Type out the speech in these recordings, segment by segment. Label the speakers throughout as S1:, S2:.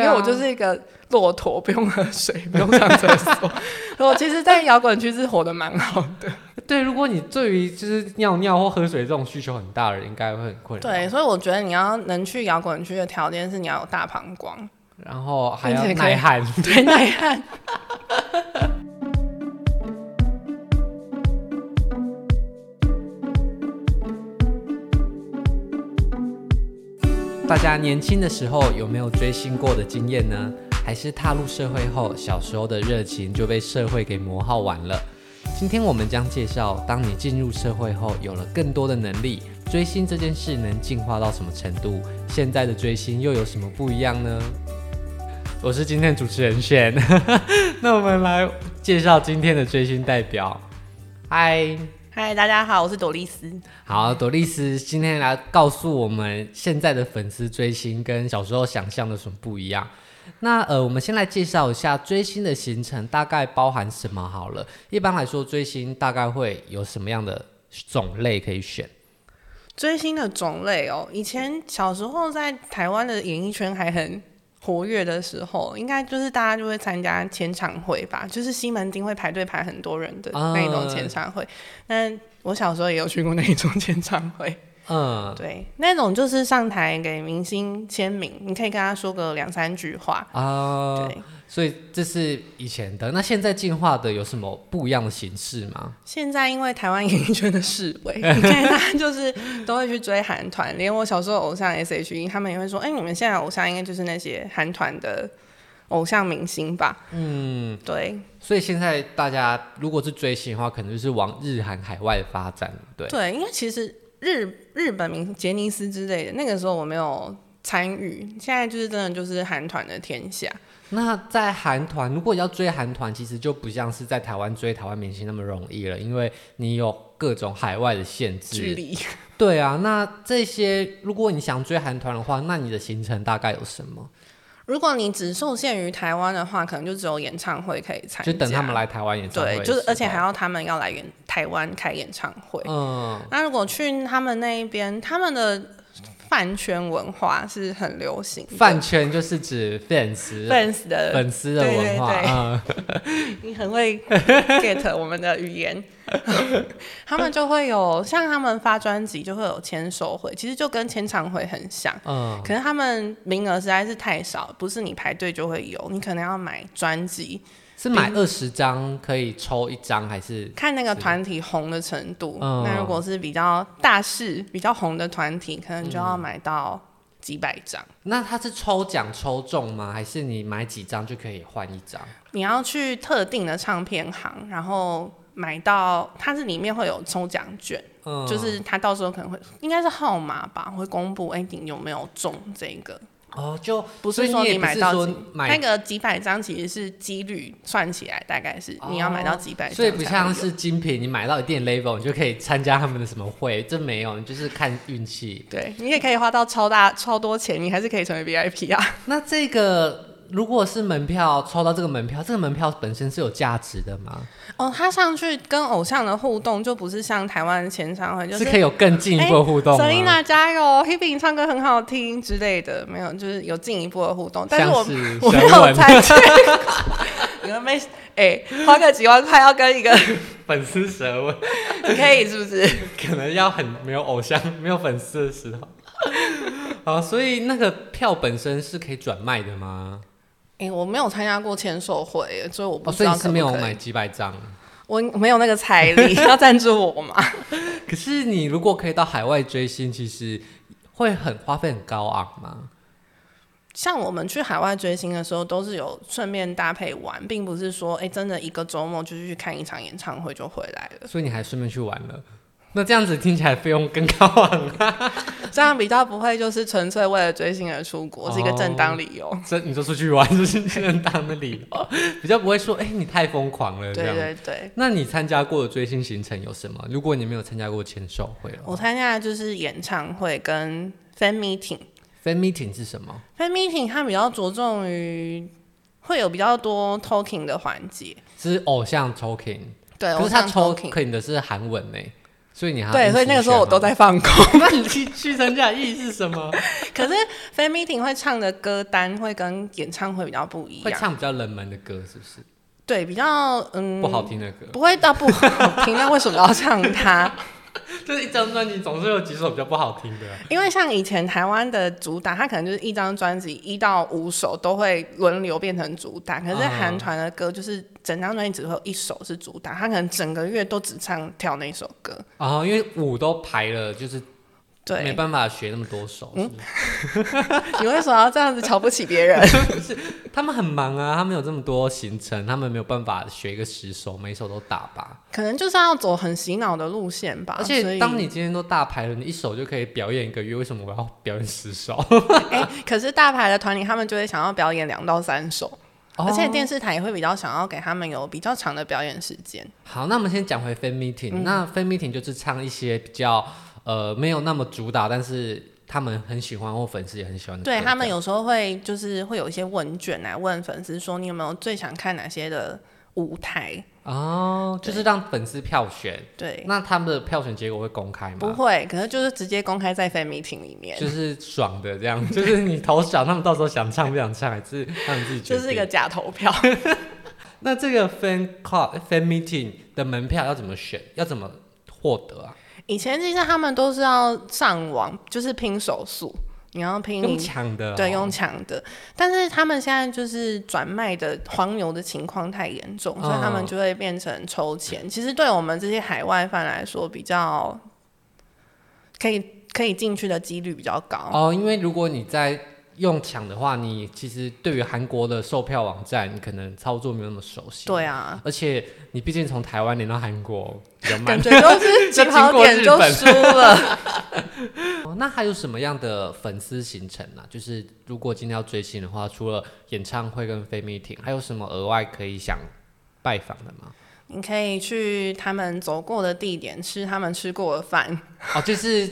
S1: 因为我就是一个骆驼，不用喝水， 不用上厕 所。我其实，在摇滚区是活得蛮好的。
S2: 对，如果你对于就是尿尿或喝水这种需求很大的人，应该会很困扰。
S1: 对，，所以我觉得你要能去摇滚区的条件是你要有大膀 胱，
S2: 然后还
S1: 并
S2: 要
S1: 且可以
S2: 耐汗。
S1: 对，耐汗。
S2: 大家年轻的时候有没有追星过的经验呢？还是踏入社会后，小时候的热情就被社会给磨耗完了？今天我们将介绍，当你进入社会后，有了更多的能力，追星这件事能进化到什么程度？现在的追星又有什么不一样呢？我是今天的主持人轩， 那我们来介绍今天的追星代表。嗨，
S1: 嗨，大家好，我是朵丽丝。
S2: 好，朵丽丝今天来告诉我们现在的粉丝追星跟小时候想象的有什么不一样。那呃，我们先来介绍一下追星的行程大概包含什么好了。一般来说，追星大概会有什么样的种类可以选？
S1: 追星的种类哦，以前小时候在台湾的演艺圈还很活跃的时候，应该就是大家就会参加签唱会吧，就是西门町会排队排很多人的那一种签唱会。那、我小时候也有去过那一种签唱会，
S2: 嗯
S1: 对，那种就是上台给明星签名，你可以跟他说个两三句话。
S2: 啊、
S1: 对，
S2: 所以这是以前的。那现在进化的有什么不一样的形式吗？
S1: 现在因为台湾演艺圈的示 威，你看大家就是都会去追韩团，连我小时候偶像 S.H.E 他们也会说，哎、你们现在偶像应该就是那些韩团的偶像明星吧？嗯，对
S2: 所以现在大家如果是追星的话，可能就是往日韩海外发展，对不对。
S1: 对，因为其实日日本明星杰尼斯之类的，那个时候我没有参与，现在就是真的就是韩团的天下。
S2: 那在韩团，如果要追韩团，其实就不像是在台湾追台湾明星那么容易了，因为你有各种海外的限
S1: 距
S2: 制。
S1: 离
S2: 对啊，那这些如果你想追韩团的话，那你的行程大概有什么？
S1: 如果你只受限于台湾的话，可能就只有演唱会可以参加，
S2: 就等他们。来台湾演唱会
S1: 对，
S2: 的时候。
S1: 就是而且还要他们要来演台湾开演唱会。
S2: 嗯，
S1: 那如果去他们那一边，他们的饭圈文化是很流行的，
S2: 饭圈就是指粉丝
S1: fans 的，
S2: 粉丝的文化。
S1: 对对对
S2: 嗯，
S1: 你很 会 get 我们的语言。 他们就会有像他们发专辑就会有签售会，其实就跟签唱会很像。
S2: 嗯
S1: 可是他们名额实在是太少，不是你排队就会有，你可能要买专辑，
S2: 是买
S1: 嗯
S2: 二十张可以抽一张，还是
S1: 看那个团体红的程度。
S2: 嗯
S1: 那如果是比较大势、比较红的团体，可能就要买到几百张。
S2: 那它是抽奖抽中吗？还是你买几张就可以换一张？
S1: 你要去特定的唱片行，然后买到它是里面会有抽奖券，
S2: 嗯，
S1: 就是它到时候可能会应该是号码吧，会公布哎、你有没有中这个，
S2: 哦，就
S1: 不
S2: 所
S1: 是
S2: 以
S1: 说
S2: 你也
S1: 你
S2: 不
S1: 买
S2: 是
S1: 到
S2: 说
S1: 几那
S2: 买，
S1: 个几百张，其实是几率算起来大概是你要买到几百张才
S2: 哦所
S1: 会
S2: 以
S1: 有、
S2: 不像是精品，你买到一定 level 你就可以参加他们的什么会，这没有，你就是看运气。
S1: 对你也可以花到超大超多钱，你还是可以成为 VIP 啊。
S2: 那这个如果是门票抽到这个门票，这个门票本身是有价值的吗？
S1: 哦，他上去跟偶像的互动就不是像台湾的前唱会，就是
S2: 可以有更进一步的互动吗？
S1: 哎 Selina 加油，Hebe 你唱歌很好听之类的，没有，就是有进一步的互动。但是我
S2: 像是
S1: 我没
S2: 神
S1: 有
S2: 文
S1: 参加，你们没哎、花个几万块要跟一个，
S2: 粉丝舌吻，
S1: 你可以是不是？
S2: 可能要很没有偶像、没有粉丝的时候。啊，所以那个票本身是可以转卖的吗？
S1: 哎、我没有参加过签售会，所以我不
S2: 哦，
S1: 知
S2: 所以
S1: 道
S2: 你
S1: 可不可以。
S2: 是没有买几百张。
S1: 我没有那个财 力，要赞助我嘛？
S2: 可是你如果可以到海外追星，其实会很花费很高昂吗？
S1: 像我们去海外追星的时候，都是有顺便搭配玩，并不是说哎、真的一个周末就是去看一场演唱会就回来了，
S2: 所以你还顺便去玩了。那这样子听起来费用更 高昂啊！
S1: 这样比较不会就是纯粹为了追星而出国，是一个正
S2: 哦
S1: 当理由。
S2: 这你就出去玩，就是去能当的理由，比较不会说，哎、你太疯狂了这
S1: 对
S2: 样。
S1: 对对。
S2: 那你参加过的追星行程有什么？如果你没有参加过签售会了
S1: 我参加的就是演唱会跟 fan meeting。
S2: ，fan meeting 是什么？
S1: fan meeting 它比较着重于会有比较多 talking 的环节，
S2: 是偶像 talking，
S1: 对，
S2: 可
S1: 我
S2: 是他
S1: 上
S2: talking
S1: talking，
S2: 的是韩文呢、所以你还要
S1: 对，
S2: 硬
S1: 所以那个
S2: 学
S1: 时候我
S2: 吗
S1: 都。在放空。
S2: 那 你去去参加的意义是什么？
S1: 可是 fan meeting 会唱的歌单会跟演唱会比较 不一
S2: 会
S1: 样，
S2: 唱比较冷门的歌，是不是？
S1: 对，比较嗯
S2: 不好，听的歌，
S1: 不会到不好听。那为什么要唱它？
S2: 就是一张专辑总是有几首比较不好听的啊、
S1: 因为像以前台湾的主打，它可能就是一张专辑一到五首都会轮流变成主打，可是
S2: 嗯
S1: 韩团的歌就是整张专辑只会有一首是主打，它可能整个月都只唱跳那首歌。
S2: 然哦后因为舞都排了，就是没
S1: 对，
S2: 办法学那么多首，是不是
S1: 你为什么要这样子瞧不起别人？ 嗯
S2: 他们很忙啊，他们有这么多行程，他们没有办法学一个十首，每首都打吧。
S1: 可能就是要走很洗脑的路线吧。
S2: 而
S1: 所
S2: 且
S1: 以
S2: 当你今天都大牌了，你一首就可以表演一个月，为什么我要表演十首？
S1: 哎、可是大牌的团体他们就会想要表演两到三首， 而且电
S2: 视
S1: 视台也会比较想要给他们有比较长的表演时间。
S2: 好，那我们先讲回 fan meeting，、那
S1: 嗯
S2: fan meeting 就是唱一些比较呃没有那么主打，但是他们很喜欢或粉丝也很喜欢的歌。
S1: 对他们有时候会就是会有一些问卷来问粉丝说你有没有最想看哪些的舞台？
S2: 哦，就是让粉丝票选。
S1: 对，
S2: 那他们的票选结果会公开吗？
S1: 不会，可是就是直接公开在 fan meeting 里面，
S2: 就是爽的这样， 就是你投想，他们到时候想唱不想唱，还是他们自己决
S1: 就
S2: 定。
S1: 是一个假投票。
S2: 那这个 fan club fan meeting 的门票要怎么选？要怎么获得啊？
S1: 以前其实他们都是要上网，就是拼手速，你要拼
S2: 用
S1: 你。
S2: 抢的哦、
S1: 对，用抢的，但是他们现在就是转卖的黄牛的情况太严重，所以他们
S2: 嗯
S1: 就会变成抽签。其实对我们这些海外饭来说，比较可以可以进去的几率比较高。
S2: 哦，因为如果你在用抢的话，你其实对于韩国的售票网站，你可能操作没有那么熟悉。
S1: 对，啊，
S2: 而且你毕竟从台湾连到韩国比较慢
S1: 感。觉都 是起跑点就输了。
S2: 哦那还有什么样的粉丝行程呢、就是如果今天要追星的话，除了演唱会跟 fan meeting，还有什么额外可以想拜访的吗？
S1: 你可以去他们走过的地点吃他们吃过的饭，
S2: 哦，就是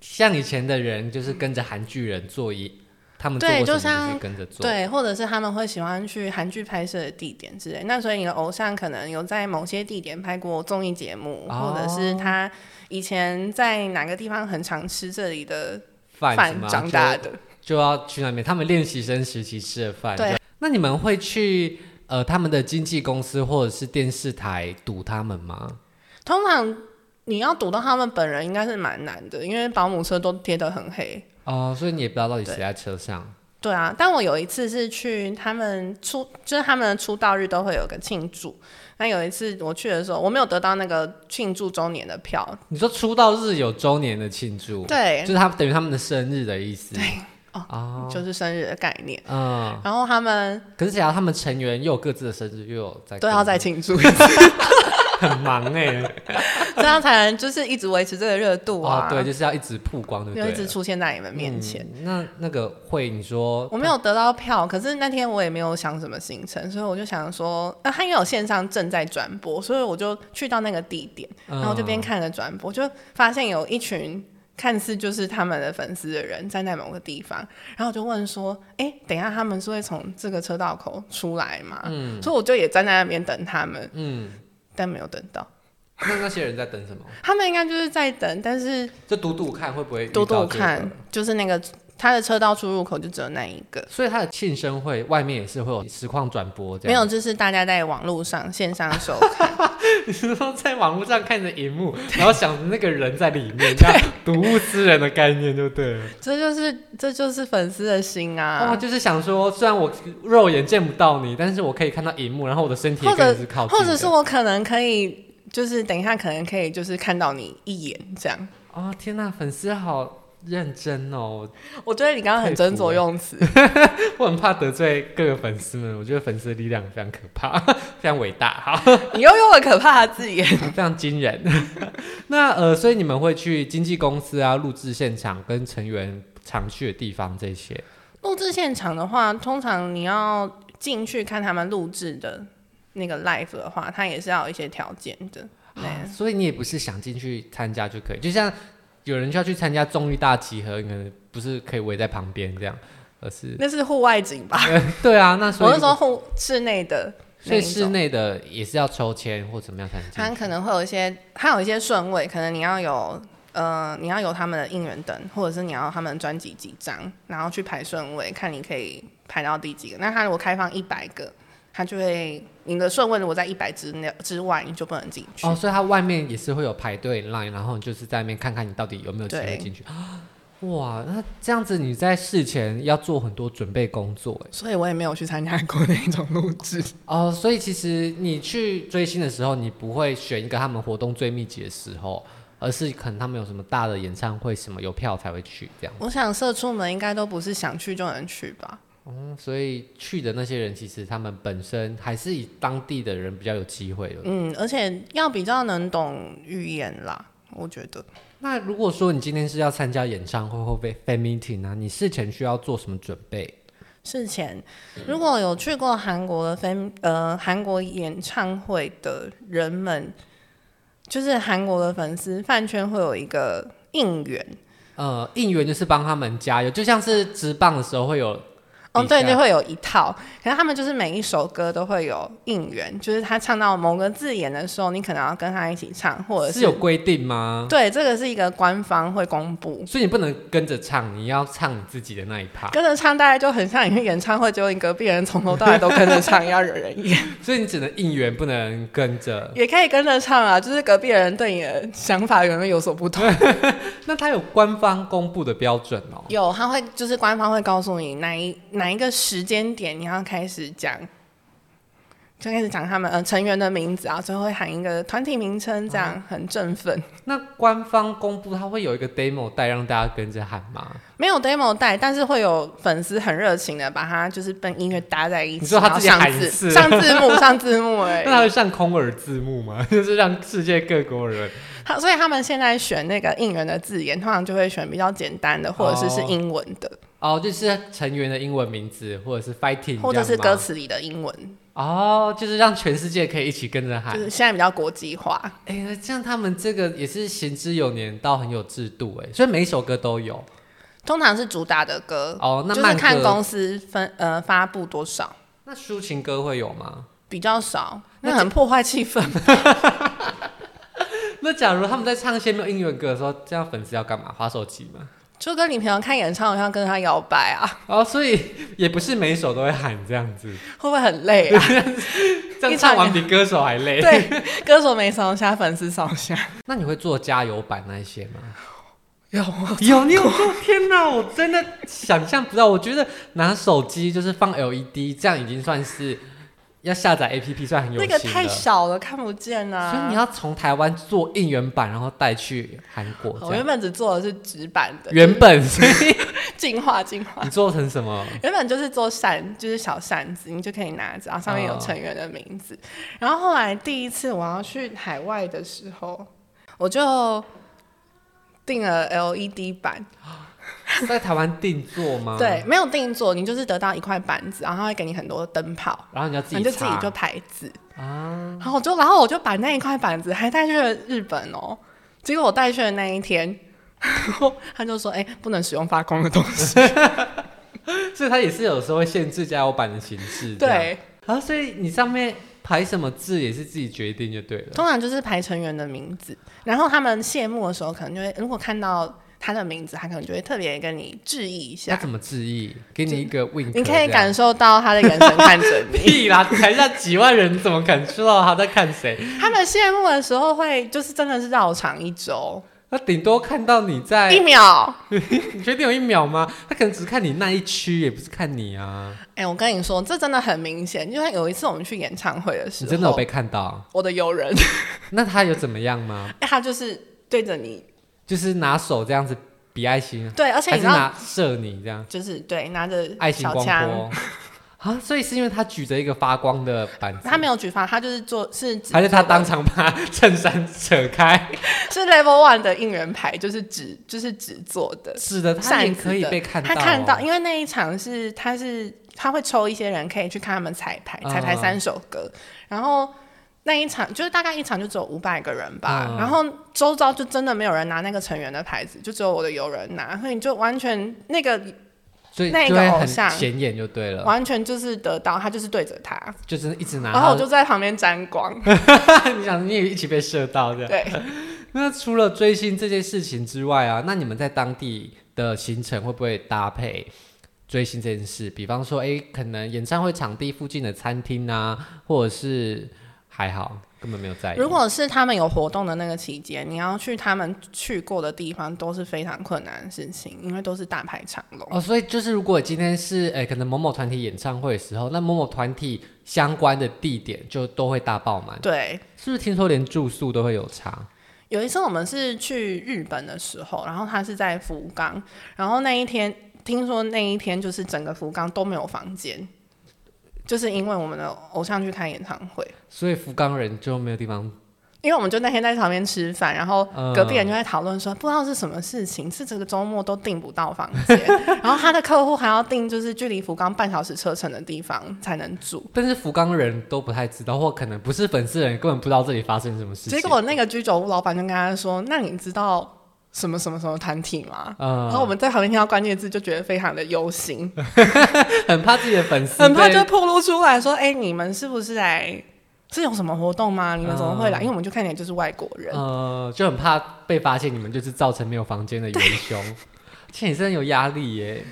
S2: 像以前的人，就是跟着韩剧人做一，他们做
S1: 对
S2: 过什
S1: 就
S2: 么就是
S1: 像
S2: 跟着做。
S1: 对，或者是他们会喜欢去韩剧拍摄的地点之类。那所以你的偶像可能有在某些地点拍过综艺节目，
S2: 哦
S1: 或者是他以前在哪个地方很常吃这里的
S2: 饭
S1: 饭
S2: 是吗
S1: 长大的。
S2: 就就要去那边，他们练习生时期吃的饭。
S1: 对
S2: 就，那你们会去呃他们的经纪公司或者是电视台堵他们吗？
S1: 通常你要堵到他们本人应该是蛮难的，因为保姆车都贴得很黑。
S2: 哦，所以你也不知道到底谁
S1: 对
S2: 在车上。
S1: 对啊，但我有一次是去他们出，就是他们的出道日都会有个庆祝。那有一次我去的时候，我没有得到那个庆祝周年的票，
S2: 你说出道日有周年的庆祝，，
S1: 对
S2: 就，是他们等于他们的生日的意思。
S1: 对哦
S2: 哦，
S1: 就是生日的概念。
S2: 嗯，
S1: 然后他们
S2: 可是只要他们成员又有各自的生日，又有在
S1: 都要再
S2: 在
S1: 庆祝一 次，
S2: 很忙哎、
S1: 这样才能就是一直维持这个热度
S2: 哦
S1: 啊，，
S2: 对，就是要一直曝光，对不
S1: 没有一
S2: 对了？
S1: 直出现在你们面前。
S2: 嗯那那个会，你说
S1: 我没有得到票，可是那天我也没有想什么行程，所以我就想说，那、他因为有线上正在转播，所以我就去到那个地点，
S2: 嗯
S1: 然后就边看着转播，就发现有一群看似就是他们的粉丝的人站在某个地方，然后我就问说，哎、等一下他们是会从这个车道口出来吗？所以我就也站在那边等他们，
S2: 嗯，
S1: 但没有等到，
S2: 那那些人在等什么？
S1: 他们应该就是在等，但是
S2: 就赌赌看会不会遇
S1: 读
S2: 到
S1: 读
S2: 这个
S1: 看，就是那个他的车道出入口就只有那一个。
S2: 所以他的庆生会外面也是会有实况转播这
S1: 没有，
S2: 样。
S1: 就是大家在网络上线上 收
S2: 没有， 你是说在网络上看着荧幕，然后想着那个人 在里面，这样睹物思人的概念就对了。
S1: 这就是这就是粉丝的心
S2: 哦，
S1: 啊，
S2: 就是想说，虽然我肉眼见不到你，但是我可以看到荧幕，然后我的身体也
S1: 或
S2: 跟
S1: 者
S2: 你是靠哦近
S1: 或
S2: 的
S1: 者是我可能可以，就是等一下可能可以就是看到你一眼这样。
S2: 哦，天呐，粉丝好认真哦，
S1: 我觉得你刚刚很斟酌用词，
S2: 我很怕得罪各个粉丝们，我觉得粉丝的力量非常可怕，非常伟大，好，
S1: 你又用了可怕的字眼。
S2: 非常惊人。 那呃，所以你们会去经纪公司啊、录制现场跟成员常去的地方这些，
S1: 录制现场的话，通常你要进去看他们录制的那个 live 的话，它也是要有一些条件的。对，
S2: 啊所以你也不是想进去参加就可以，就像有人就要去参加综艺大集合，你可能不是可以围在旁边这样，而是
S1: 那是户外景吧？
S2: 对啊，那所
S1: 我
S2: 以
S1: 那时候户室内的，
S2: 所
S1: 那
S2: 以
S1: 一
S2: 室
S1: 种
S2: 内的也是要抽签或怎么样才能进去？
S1: 它可能会有一些，它有一些顺位，可能你要有呃，你要有他们的应援灯，或者是你要他们专辑几张，然后去排顺位，看你可以排到第几个。那它如果开放一百个，它就会你的顺位如果在一百之内之外，你就不能进去。
S2: 哦，所以它外面也是会有排队 line，然后你就是在那边看看你到底有没有机会
S1: 对
S2: 进去。 哇，那这样子你在事前要做很多准备工作哎。
S1: 所以我也没有去参加过那种录制。
S2: 哦，所以其实你去追星的时候，你不会选一个他们活动最密集的时候，而是可能他们有什么大的演唱会什么有票才会去这样。
S1: 我想社畜们应该都不是想去就能去吧？
S2: 嗯，所以去的那些人其实他们本身还是以当地的人比较有机会的。
S1: 嗯，而且要比较能懂语言啦，我觉得。
S2: 那如果说你今天是要参加演唱会或被 fan meeting 啊，你事前需要做什么准备？
S1: 事前，如果有去过韩国的分呃韩国演唱会的人们，就是韩国的粉丝饭圈会有一个应援
S2: 呃，应援就是帮他们加油，就像是直棒的时候会有
S1: 哦，
S2: 比
S1: 对，
S2: 赛
S1: 就会有一套。可是他们就是每一首歌都会有应援，就是他唱到某个字眼的时候，你可能要跟他一起唱，或者
S2: 是有规定吗？
S1: 对，这个是一个官方会公布。
S2: 所以你不能跟着唱，你要唱你自己的那一趴。
S1: 跟着唱大概就很像你去演唱会，结果你隔壁人从头到尾都跟着唱，要惹人厌。
S2: 所以你只能应援，不能跟着。
S1: 也可以跟着唱啊，就是隔壁人对你的想法有没有有所不同？
S2: 那它有官方公布的标准哦。
S1: 有，他会就是官方会告诉你哪一哪一个时间点你要开始讲，就开始讲他们呃成员的名字啊，最后会喊一个团体名称，这
S2: 嗯
S1: 样、很振奋。
S2: 那官方公布，它会有一个 demo 带让大家跟着喊吗？
S1: 没有 demo 带，但是会有粉丝很热情的把它就是跟音乐搭在一起，
S2: 你说他
S1: 然后
S2: 自己
S1: 上
S2: 喊一
S1: 字
S2: 次
S1: 上字 幕上字幕哎而
S2: 那
S1: 已。
S2: 它会上空耳字幕吗？ 就是让世界各国人
S1: 他所以他们现在选那个应援的字眼，通常就会选比较简单的，或者是是
S2: 哦
S1: 英文的，
S2: 哦，就是成员的英文名字，或者是 fighting，
S1: 或者是
S2: 这样
S1: 歌
S2: 吗
S1: 词里的英文，
S2: 哦，就是让全世界可以一起跟着
S1: 就
S2: 喊。
S1: 是现在比较国际化。
S2: 哎、那这样他们这个也是行之有年，到很有制度哎，所以每一首歌都有
S1: 通常是主打的歌
S2: 哦。那
S1: 就是
S2: 慢
S1: 看
S2: 歌，
S1: 公司分呃发布多少，
S2: 那抒情歌会有吗？
S1: 比较少，
S2: 那
S1: 那很破坏气 氛。
S2: 那假如他们在唱一些没有音乐歌的时候，这样粉丝要干嘛？划手机吗？
S1: 就跟你平常看演唱会一样，跟他摇摆 啊，
S2: 哦，所以也不是每一首都会喊这样子，
S1: 会不会很累啊？
S2: 这样唱完比歌手还 累。
S1: 对，歌手没烧瞎，粉丝烧瞎。
S2: 那你会做加油版那一些吗？
S1: 有，
S2: 有，啊你有做？天哪，我真的想象不到。我觉得拿手机就是放 LED，这样已经算是要下载 APP 算很有
S1: 那
S2: 心
S1: 个
S2: 了。
S1: 太小了，看不见
S2: 所以
S1: 啊。
S2: 你要从台湾做应援版，然后带去韩国
S1: 哦我
S2: 这
S1: 原
S2: 样。
S1: 本只做的是纸板的，
S2: 原 本， 所以
S1: 进化进化。
S2: 你做成什么？
S1: 原本就是做扇，就是小扇子，你就可以拿着，然后上面有
S2: 哦
S1: 成员的名字。然后后来第一次我要去海外的时候，我就订了 LED 板，
S2: 在台湾定做吗？
S1: 对，。没有定做，你就是得到一块板子，然后他会给你很多灯泡，
S2: 然后你要自
S1: 你
S2: 己
S1: 就自己
S2: 插
S1: 就排字。
S2: 啊，
S1: 然后我就，然后我就把那一块板子还带去了日本哦。结果我带去的那一天， 然后他就说：“哎、不能使用发光的东西。
S2: 所以它也是有时候会限制加油版的形式。”，
S1: 对，
S2: 啊，所以你上面排什么字也是自己决定就对了。
S1: 通常就是排成员的名字，然后他们谢幕的时候，可能就会如果看到他的名字，他可能就会特别跟你致意一
S2: 他
S1: 下，
S2: 怎么致意？给你一个 wink，
S1: 你可以
S2: 这样
S1: 感受到他的眼神看着你。
S2: 屁啦！台下几万人怎么感受到他在看谁？
S1: 他们谢幕的时候会就是真的是绕场一周，
S2: 他顶多看到你在
S1: 一，秒。
S2: 你确定有一秒吗？他可能只看你那一区，也不是看你啊。
S1: 哎、我跟你说，这真的很明显，因为有一次我们去演唱会的时
S2: 你
S1: 候，
S2: 真的有被看到？
S1: 我的友 人，
S2: 那他有怎么样吗？
S1: 他就是对着你，
S2: 就是拿手这样子比爱心，
S1: 对，而且
S2: 还
S1: 你
S2: 是
S1: 知道，
S2: 拿射你这样
S1: 就是对拿着
S2: 爱心
S1: 小
S2: 光
S1: 枪，
S2: 波啊？所以是因为他举着一个发光的板子
S1: 他。没有举发，他就是做是指
S2: 还是他当场把衬衫扯开，
S1: 是 Level One 的应援牌，就是纸，就是纸做的。
S2: 使得他也
S1: 扇
S2: 可以被看到、啊哦
S1: 他看到，，因为那一场是他是他会抽一些人可以去看他们彩排，彩排
S2: 嗯
S1: 三首歌，然后那一场就是大概一场就只有五百个人吧，
S2: 嗯
S1: 然后周遭就真的没有人拿那个成员的牌子，就只有我的友人拿，所以你就完全那个
S2: 所以
S1: 那一
S2: 就
S1: 个
S2: 会
S1: 偶
S2: 很
S1: 像
S2: 显眼就对啊了，
S1: 完全就是得到，他就是对着他，
S2: 就是一直拿
S1: 然
S2: 他
S1: 后我就在旁边沾光。
S2: 你想你也一起被射到这样。
S1: 对，
S2: 那除了追星这件事情之外啊，那你们在当地的行程会不会搭配追星这件事？比方说，哎、可能演唱会场地附近的餐厅啊，或者是还好，根本没有在意。
S1: 如果是他们有活动的那个期间，你要去他们去过的地方都是非常困难的事情，因为都是大排长龙。
S2: 哦，所以就是如果今天是哎、可能某某团体演唱会的时候，那某某团体相关的地点就都会大爆满，
S1: 对，
S2: 是不是？听说连住宿都会有差，
S1: 有一次我们是去日本的时候，然后他是在福冈，然后那一天听说那一天就是整个福冈都没有房间，就是因为我们的偶像去开演唱会，
S2: 所以福冈人就没有地方
S1: 因为我们就那天在旁边吃饭，然后
S2: 嗯
S1: 隔壁人就在讨论说，不知道是什么事情，是这个周末都订不到房间， 然后他的客户还要订就是距离福冈半小时车程的地方才能住。
S2: 但是福冈人都不太知道，或可能不是粉丝人根本不知道这里发生什么事情。
S1: 结果那个居酒屋老板就跟他说：“那你知道什么什么什么团体吗？”
S2: 嗯
S1: 然后我们在旁边听到关键字就觉得非常的忧 心，
S2: 很怕自己的粉丝，
S1: 很怕就
S2: 对
S1: 暴露出来说：“哎、你们是不是来是有什么活动吗？你们怎么
S2: 嗯
S1: 会来？”因为我们就看起来就是外国人。
S2: 呃，就很怕被发现你们就是造成没有房间的元 凶。其实你真的有压力耶。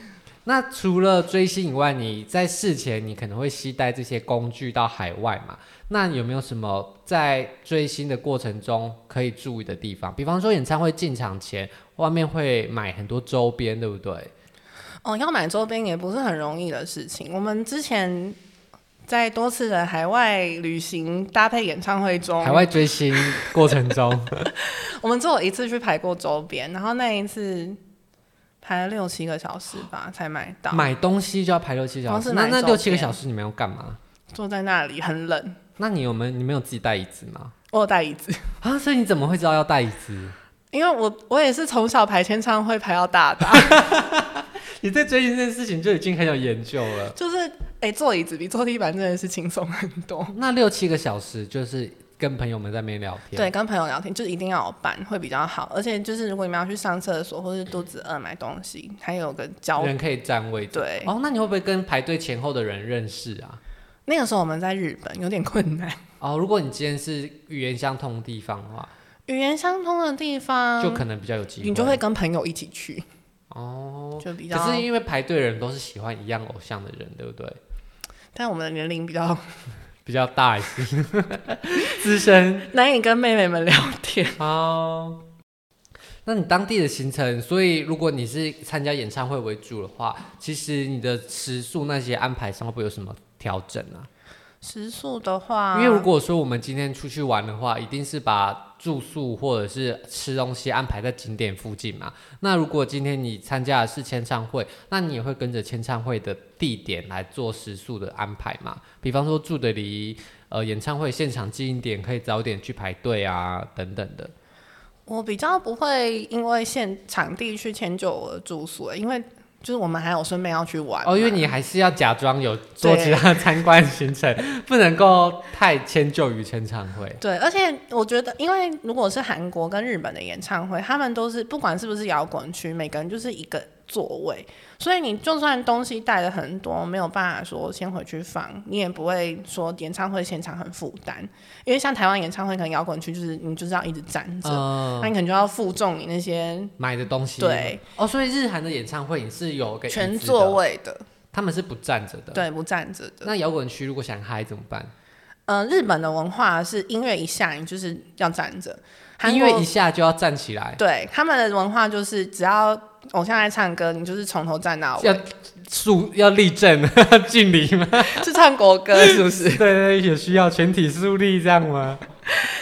S2: 那除了追星以外，你在事前你可能会携带这些工具到海外嘛？那有没有什么在追星的过程中可以注意的地方？比方说演唱会进场前，外面会买很多周边，对不对？
S1: 哦，要买周边也不是很容易的事情。我们之前在多次的海外旅行搭配演唱会中，
S2: 海外追星过程中，
S1: 我们只有一次去排过周边，然后那一次排了六七个小时吧才买到。
S2: 买东西就要排六七小
S1: 光是
S2: 时，
S1: 买
S2: 那那
S1: 周
S2: 六七个
S1: 边
S2: 小时你们要干嘛？
S1: 坐在那里很冷，
S2: 那你有没有你没有自己带椅子吗？
S1: 我有带椅子，
S2: 啊，所以你怎么会知道要带椅子？
S1: 因为我我也是从小排签唱会排到大的啊，
S2: 你对追星这件事情就已经很有研究了。
S1: 就是哎、坐椅子比坐地板真的是轻松很多。
S2: 那六七个小时就是跟朋友们在那边聊天，
S1: 对，，跟朋友聊天就是一定要有伴会比较好，而且就是如果你们要去上厕所或是肚子饿买东西，还有个交
S2: 人可以占位置。
S1: 对。
S2: 哦，那你会不会跟排队前后的人认识啊？
S1: 那个时候我们在日本有点困 难，
S2: 哦，如果你今天是语言相通的地方的话，
S1: 语言相通的地方，
S2: 就可能比较有机
S1: 嗯
S2: 会。
S1: 你就会跟朋友一起去，
S2: 哦，
S1: 就比较。
S2: 可是因为排队的人都是喜欢一样偶像的人，对不对？
S1: 但我们的年龄比较
S2: 比较大一些， 资深
S1: 难以跟妹妹们聊天。
S2: 好，那你当地的行程，所以如果你是参加演唱会为主的话，其实你的食宿那些安排上会不会有什么调整啊？
S1: 食宿的话，
S2: 因为如果说我们今天出去玩的话，一定是把住宿或者是吃东西安排在景点附近嘛。那如果今天你参加的是签唱会，那你也会跟着签唱会的地点来做食宿的安排嘛。比方说住的离呃演唱会现场近一点，可以早点去排队啊，等等的。
S1: 我比较不会因为现场地去迁就我的住宿、因为就是我们还有顺便要去玩嘛。
S2: 哦，因为你还是要假装有做
S1: 对
S2: 其他参观行程，不能够太迁就于签唱会。
S1: 对，而且我觉得，因为如果是韩国跟日本的演唱会，他们都是不管是不是摇滚区，每个人就是一个座位，所以你就算东西带的很多，没有办法说先回去放，你也不会说演唱会现场很负担，因为像台湾演唱会，可能摇滚区就是你就是要一直站着，
S2: 嗯、
S1: 那你可能就要负重你那些
S2: 买的东西。
S1: 对。
S2: 哦，所以日韩的演唱会你是有个椅
S1: 全
S2: 子的
S1: 座，位的，
S2: 他们是不站着的。。
S1: 对，不站着的。
S2: 那摇滚区如果想嗨怎么办？
S1: 呃，日本的文化是音乐一下你就是要站着，韩
S2: 音
S1: 国
S2: 乐一下就要站起来，
S1: 对他们的文化就是只要偶像在唱歌，你就是从头站到
S2: 要
S1: 尾，
S2: 竖要立正， 敬礼吗？
S1: 是唱国歌 是不是？
S2: 对对，也需要全体肃立这样吗？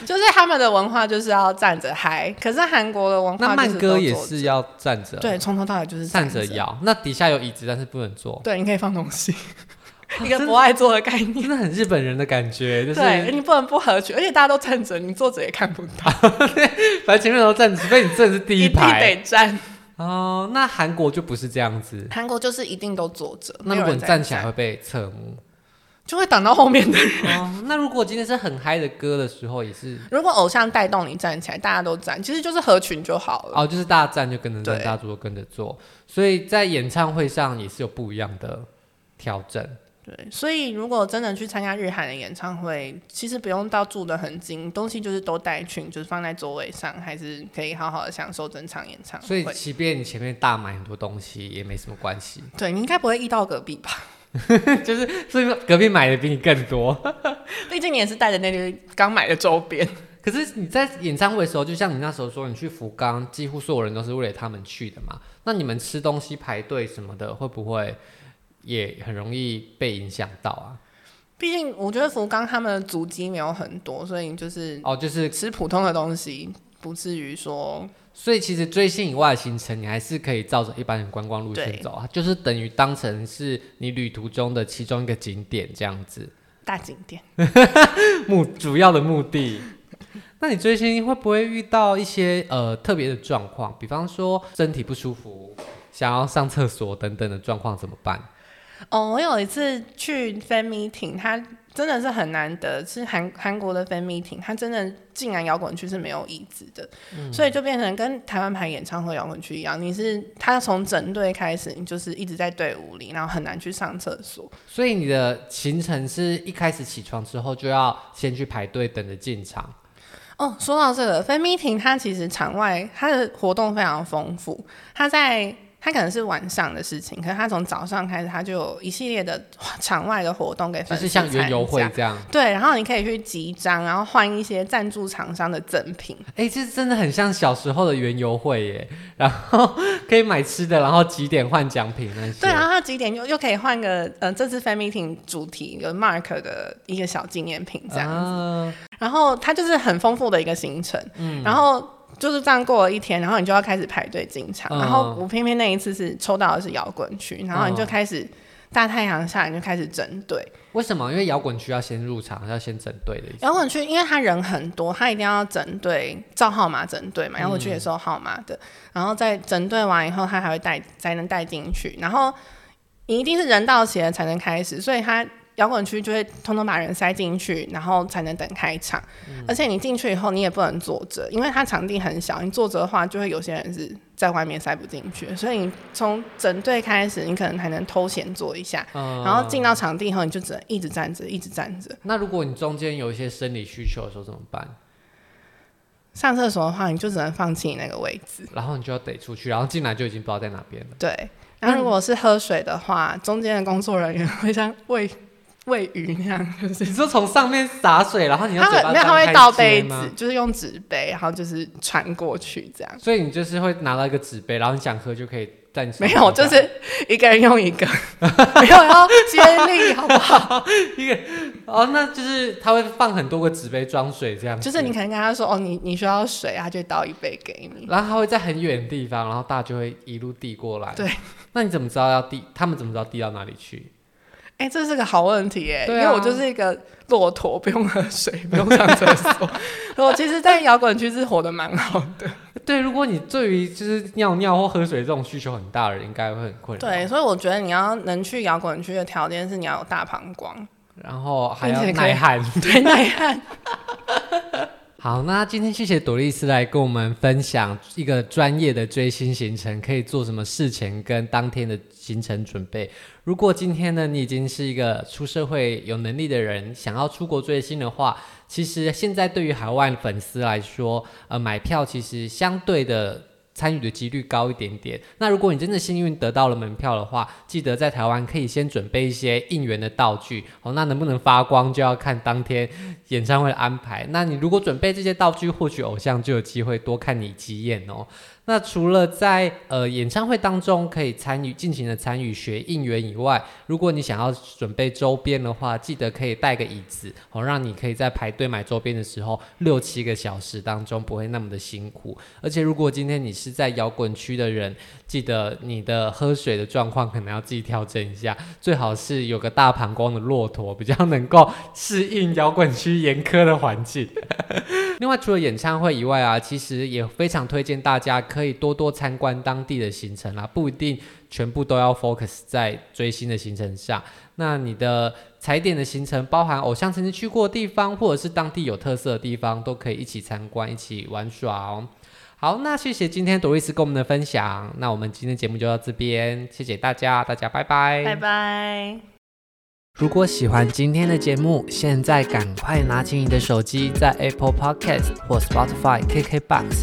S1: 就是他们的文化就是要站着嗨，可是韩国的文
S2: 那
S1: 化就
S2: 慢歌
S1: 都
S2: 也
S1: 坐着
S2: 是要站着，，啊
S1: 对，从头到尾就是
S2: 站
S1: 着
S2: 着。摇。那底下有椅子，但是不能坐，
S1: 对，你可以放东西， 一个
S2: 真
S1: 不爱做的概念。
S2: 真的很日本哦人的感觉，就是
S1: 对你不能不合群，而且大家都站着，你坐着也看不到，
S2: 反正前面都站，除非你站的是第
S1: 一
S2: 一
S1: 定
S2: 排。
S1: 得站。
S2: 哦，那韩国就不是这样子。
S1: 韩国就是一定都坐着，
S2: 那
S1: 没
S2: 如
S1: 有
S2: 果
S1: 人
S2: 你
S1: 在
S2: 站起来会被侧目，
S1: 就会挡到后面的人。
S2: 哦，那如果今天是很嗨的歌的时候，也是
S1: 如果偶像带动你站起来，大家都站，其实就是合群就好了。
S2: 哦，就是大家站就跟着站，
S1: 对
S2: 大家做跟着做，所以在演唱会上也是有不一样的调整。
S1: 对，所以如果真的去参加日韩的演唱会，其实不用到住的很精，东西就是都带去，就是放在座位上，还是可以好好的享受整场演唱
S2: 所以
S1: 啊会。
S2: 即便你前面大买很多东西也没什么关系，
S1: 对你应该不会遇到隔壁吧？
S2: 就是所以隔壁买的比你更多。
S1: 毕竟你也是带着那堆刚买的周边。
S2: 可是你在演唱会的时候，就像你那时候说，你去福冈，几乎所有人都是为了他们去的嘛。那你们吃东西排队什么的，会不会也很容易被影响到啊？
S1: 毕竟我觉得福冈他们的足迹没有很多，所以就是
S2: 哦，就是
S1: 吃普通的东西，不至于说
S2: 所以其实追星以外的行程，你还是可以照着一般人观光路线
S1: 对
S2: 走啊，就是等于当成是你旅途中的其中一个景点这样子，
S1: 大景点。
S2: 目主要的目的。那你追星会不会遇到一些呃特别的状况？比方说身体不舒服、想要上厕所等等的状况怎么办？
S1: 哦，我有一次去 fan meeting，它真的是很难得，是韩韩国的 fan meeting，它真的竟然摇滚区是没有椅子的，
S2: 嗯
S1: 所以就变成跟台湾牌演唱会摇滚区一样，你是它从整队开始，你就是一直在队伍里，然后很难去上厕所。
S2: 所以你的行程是一开始起床之后就要先去排队等着进场。
S1: 哦，说到这个 fan meeting，它其实场外它的活动非常丰富，它在。它可能是晚上的事情，可是它从早上开始，它就有一系列的场外的活动给
S2: 就
S1: 粉丝
S2: 是像
S1: 参
S2: 园游会
S1: 加
S2: 这样，
S1: 对，然后你可以去集章，然后换一些赞助厂商的赠品。
S2: 哎、这真的很像小时候的园游会耶， 然后可以买吃的，然后几点换奖品那些。
S1: 对，啊然后它几点又又可以换个，呃，这次 fan meeting 主题有 Mark 的一个小纪念品这样子。
S2: 啊
S1: 然后它就是很丰富的一个行程，然后。就是这样过了一天，然后你就要开始排队进场。
S2: 嗯
S1: 然后我偏偏那一次是抽到的是摇滚区，然后你就开始大太阳下你就开始整队。
S2: 为什么？因为摇滚区要先入场，要先整队的意思。
S1: 摇滚区，因为他人很多，他一定要整队照号码整队嘛。摇滚区也是有号码的，然后在整队完以后，他还会带才能带进去。然后你一定是人到齐了才能开始，所以他摇滚区就会通通把人塞进去，然后才能等开场。而且你进去以后，你也不能坐着，因为它场地很小，你坐着的话，就会有些人是在外面塞不进去。所以你从整队开始，你可能还能偷闲坐一下，
S2: 嗯
S1: 然后进到场地以后，你就只能一直站着，一直站着。
S2: 那如果你中间有一些生理需求的时候怎么办？
S1: 上厕所的话，你就只能放弃你那个位置。
S2: 然后你就要得出去，然后进来就已经不知道在哪 边了。
S1: 对，然
S2: 嗯
S1: 后如果是喝水的话，中间的工作人员会像喂喂鱼那样，就是
S2: 你说从上面洒水，然后你要
S1: 他
S2: 嘴
S1: 会
S2: 巴
S1: 没有，他
S2: 张
S1: 会
S2: 开
S1: 倒
S2: 接
S1: 杯子
S2: 吗，？
S1: 就是用纸杯，然后就是传过去这样。
S2: 所以你就是会拿到一个纸杯，然后你想喝就可以站起来
S1: 没
S2: 这样。
S1: 有，就是一个人用一 个，没有要接力，好不好？
S2: 一个哦，那就是他会放很多个纸杯装水这样子。
S1: 就是你可能跟他说哦，你你需要水，他就倒一杯给你。
S2: 然后他会在很远的地方，然后大家就会一路递过来。
S1: 对，
S2: 那你怎么知道要递？他们怎么知道递到哪里去？
S1: 哎、这是个好问题哎、因
S2: 对啊
S1: 为我就是一个骆驼，不用喝水，不用上厕 所。我其实，在摇滚区是活得蛮好的。
S2: 对，如果你对于就是尿尿或喝水这种需求很大的人，应该会很困扰。
S1: 对，，所以我觉得你要能去摇滚区的条件是你要有大膀胱，
S2: 然后还
S1: 并
S2: 要
S1: 且可以
S2: 耐汗。
S1: 对，耐汗。
S2: 好，那今天谢谢朵丽丝来跟我们分享一个专业的追星行程可以做什么事前跟当天的行程准备。如果今天呢你已经是一个出社会有能力的人，想要出国追星的话，其实现在对于海外粉丝来说，呃，买票其实相对的。参与的几率高一点点。那如果你真的幸运得到了门票的话，记得在台湾可以先准备一些应援的道具。哦，那能不能发光就要看当天演唱会的安排。那你如果准备这些道具，或许偶像就有机会多看你几眼哦。那除了在呃演唱会当中可以参与尽情的参与学应援以外，如果你想要准备周边的话，记得可以带个椅子哦，让你可以在排队买周边的时候六七个小时当中不会那么的辛苦。而且如果今天你是在摇滚区的人，记得你的喝水的状况可能要自己调整一下，最好是有个大膀胱的骆驼，比较能够适应摇滚区严苛的环境。 另外，除了演唱会以外啊，其实也非常推荐大家可以多多参观当地的行程啦，不一定全部都要 focus 在追星的行程上。那你的踩点的行程包含偶像曾经去过的地方，或者是当地有特色的地方，都可以一起参观、一起玩耍哦。好，那谢谢今天朵丽丝跟我们的分享。那我们今天节目就到这边，谢谢大家，大家拜拜，
S1: 拜拜。
S2: 如果喜欢今天的节目，现在赶快拿起你的手机，在 Apple Podcast 或 Spotify、KKBox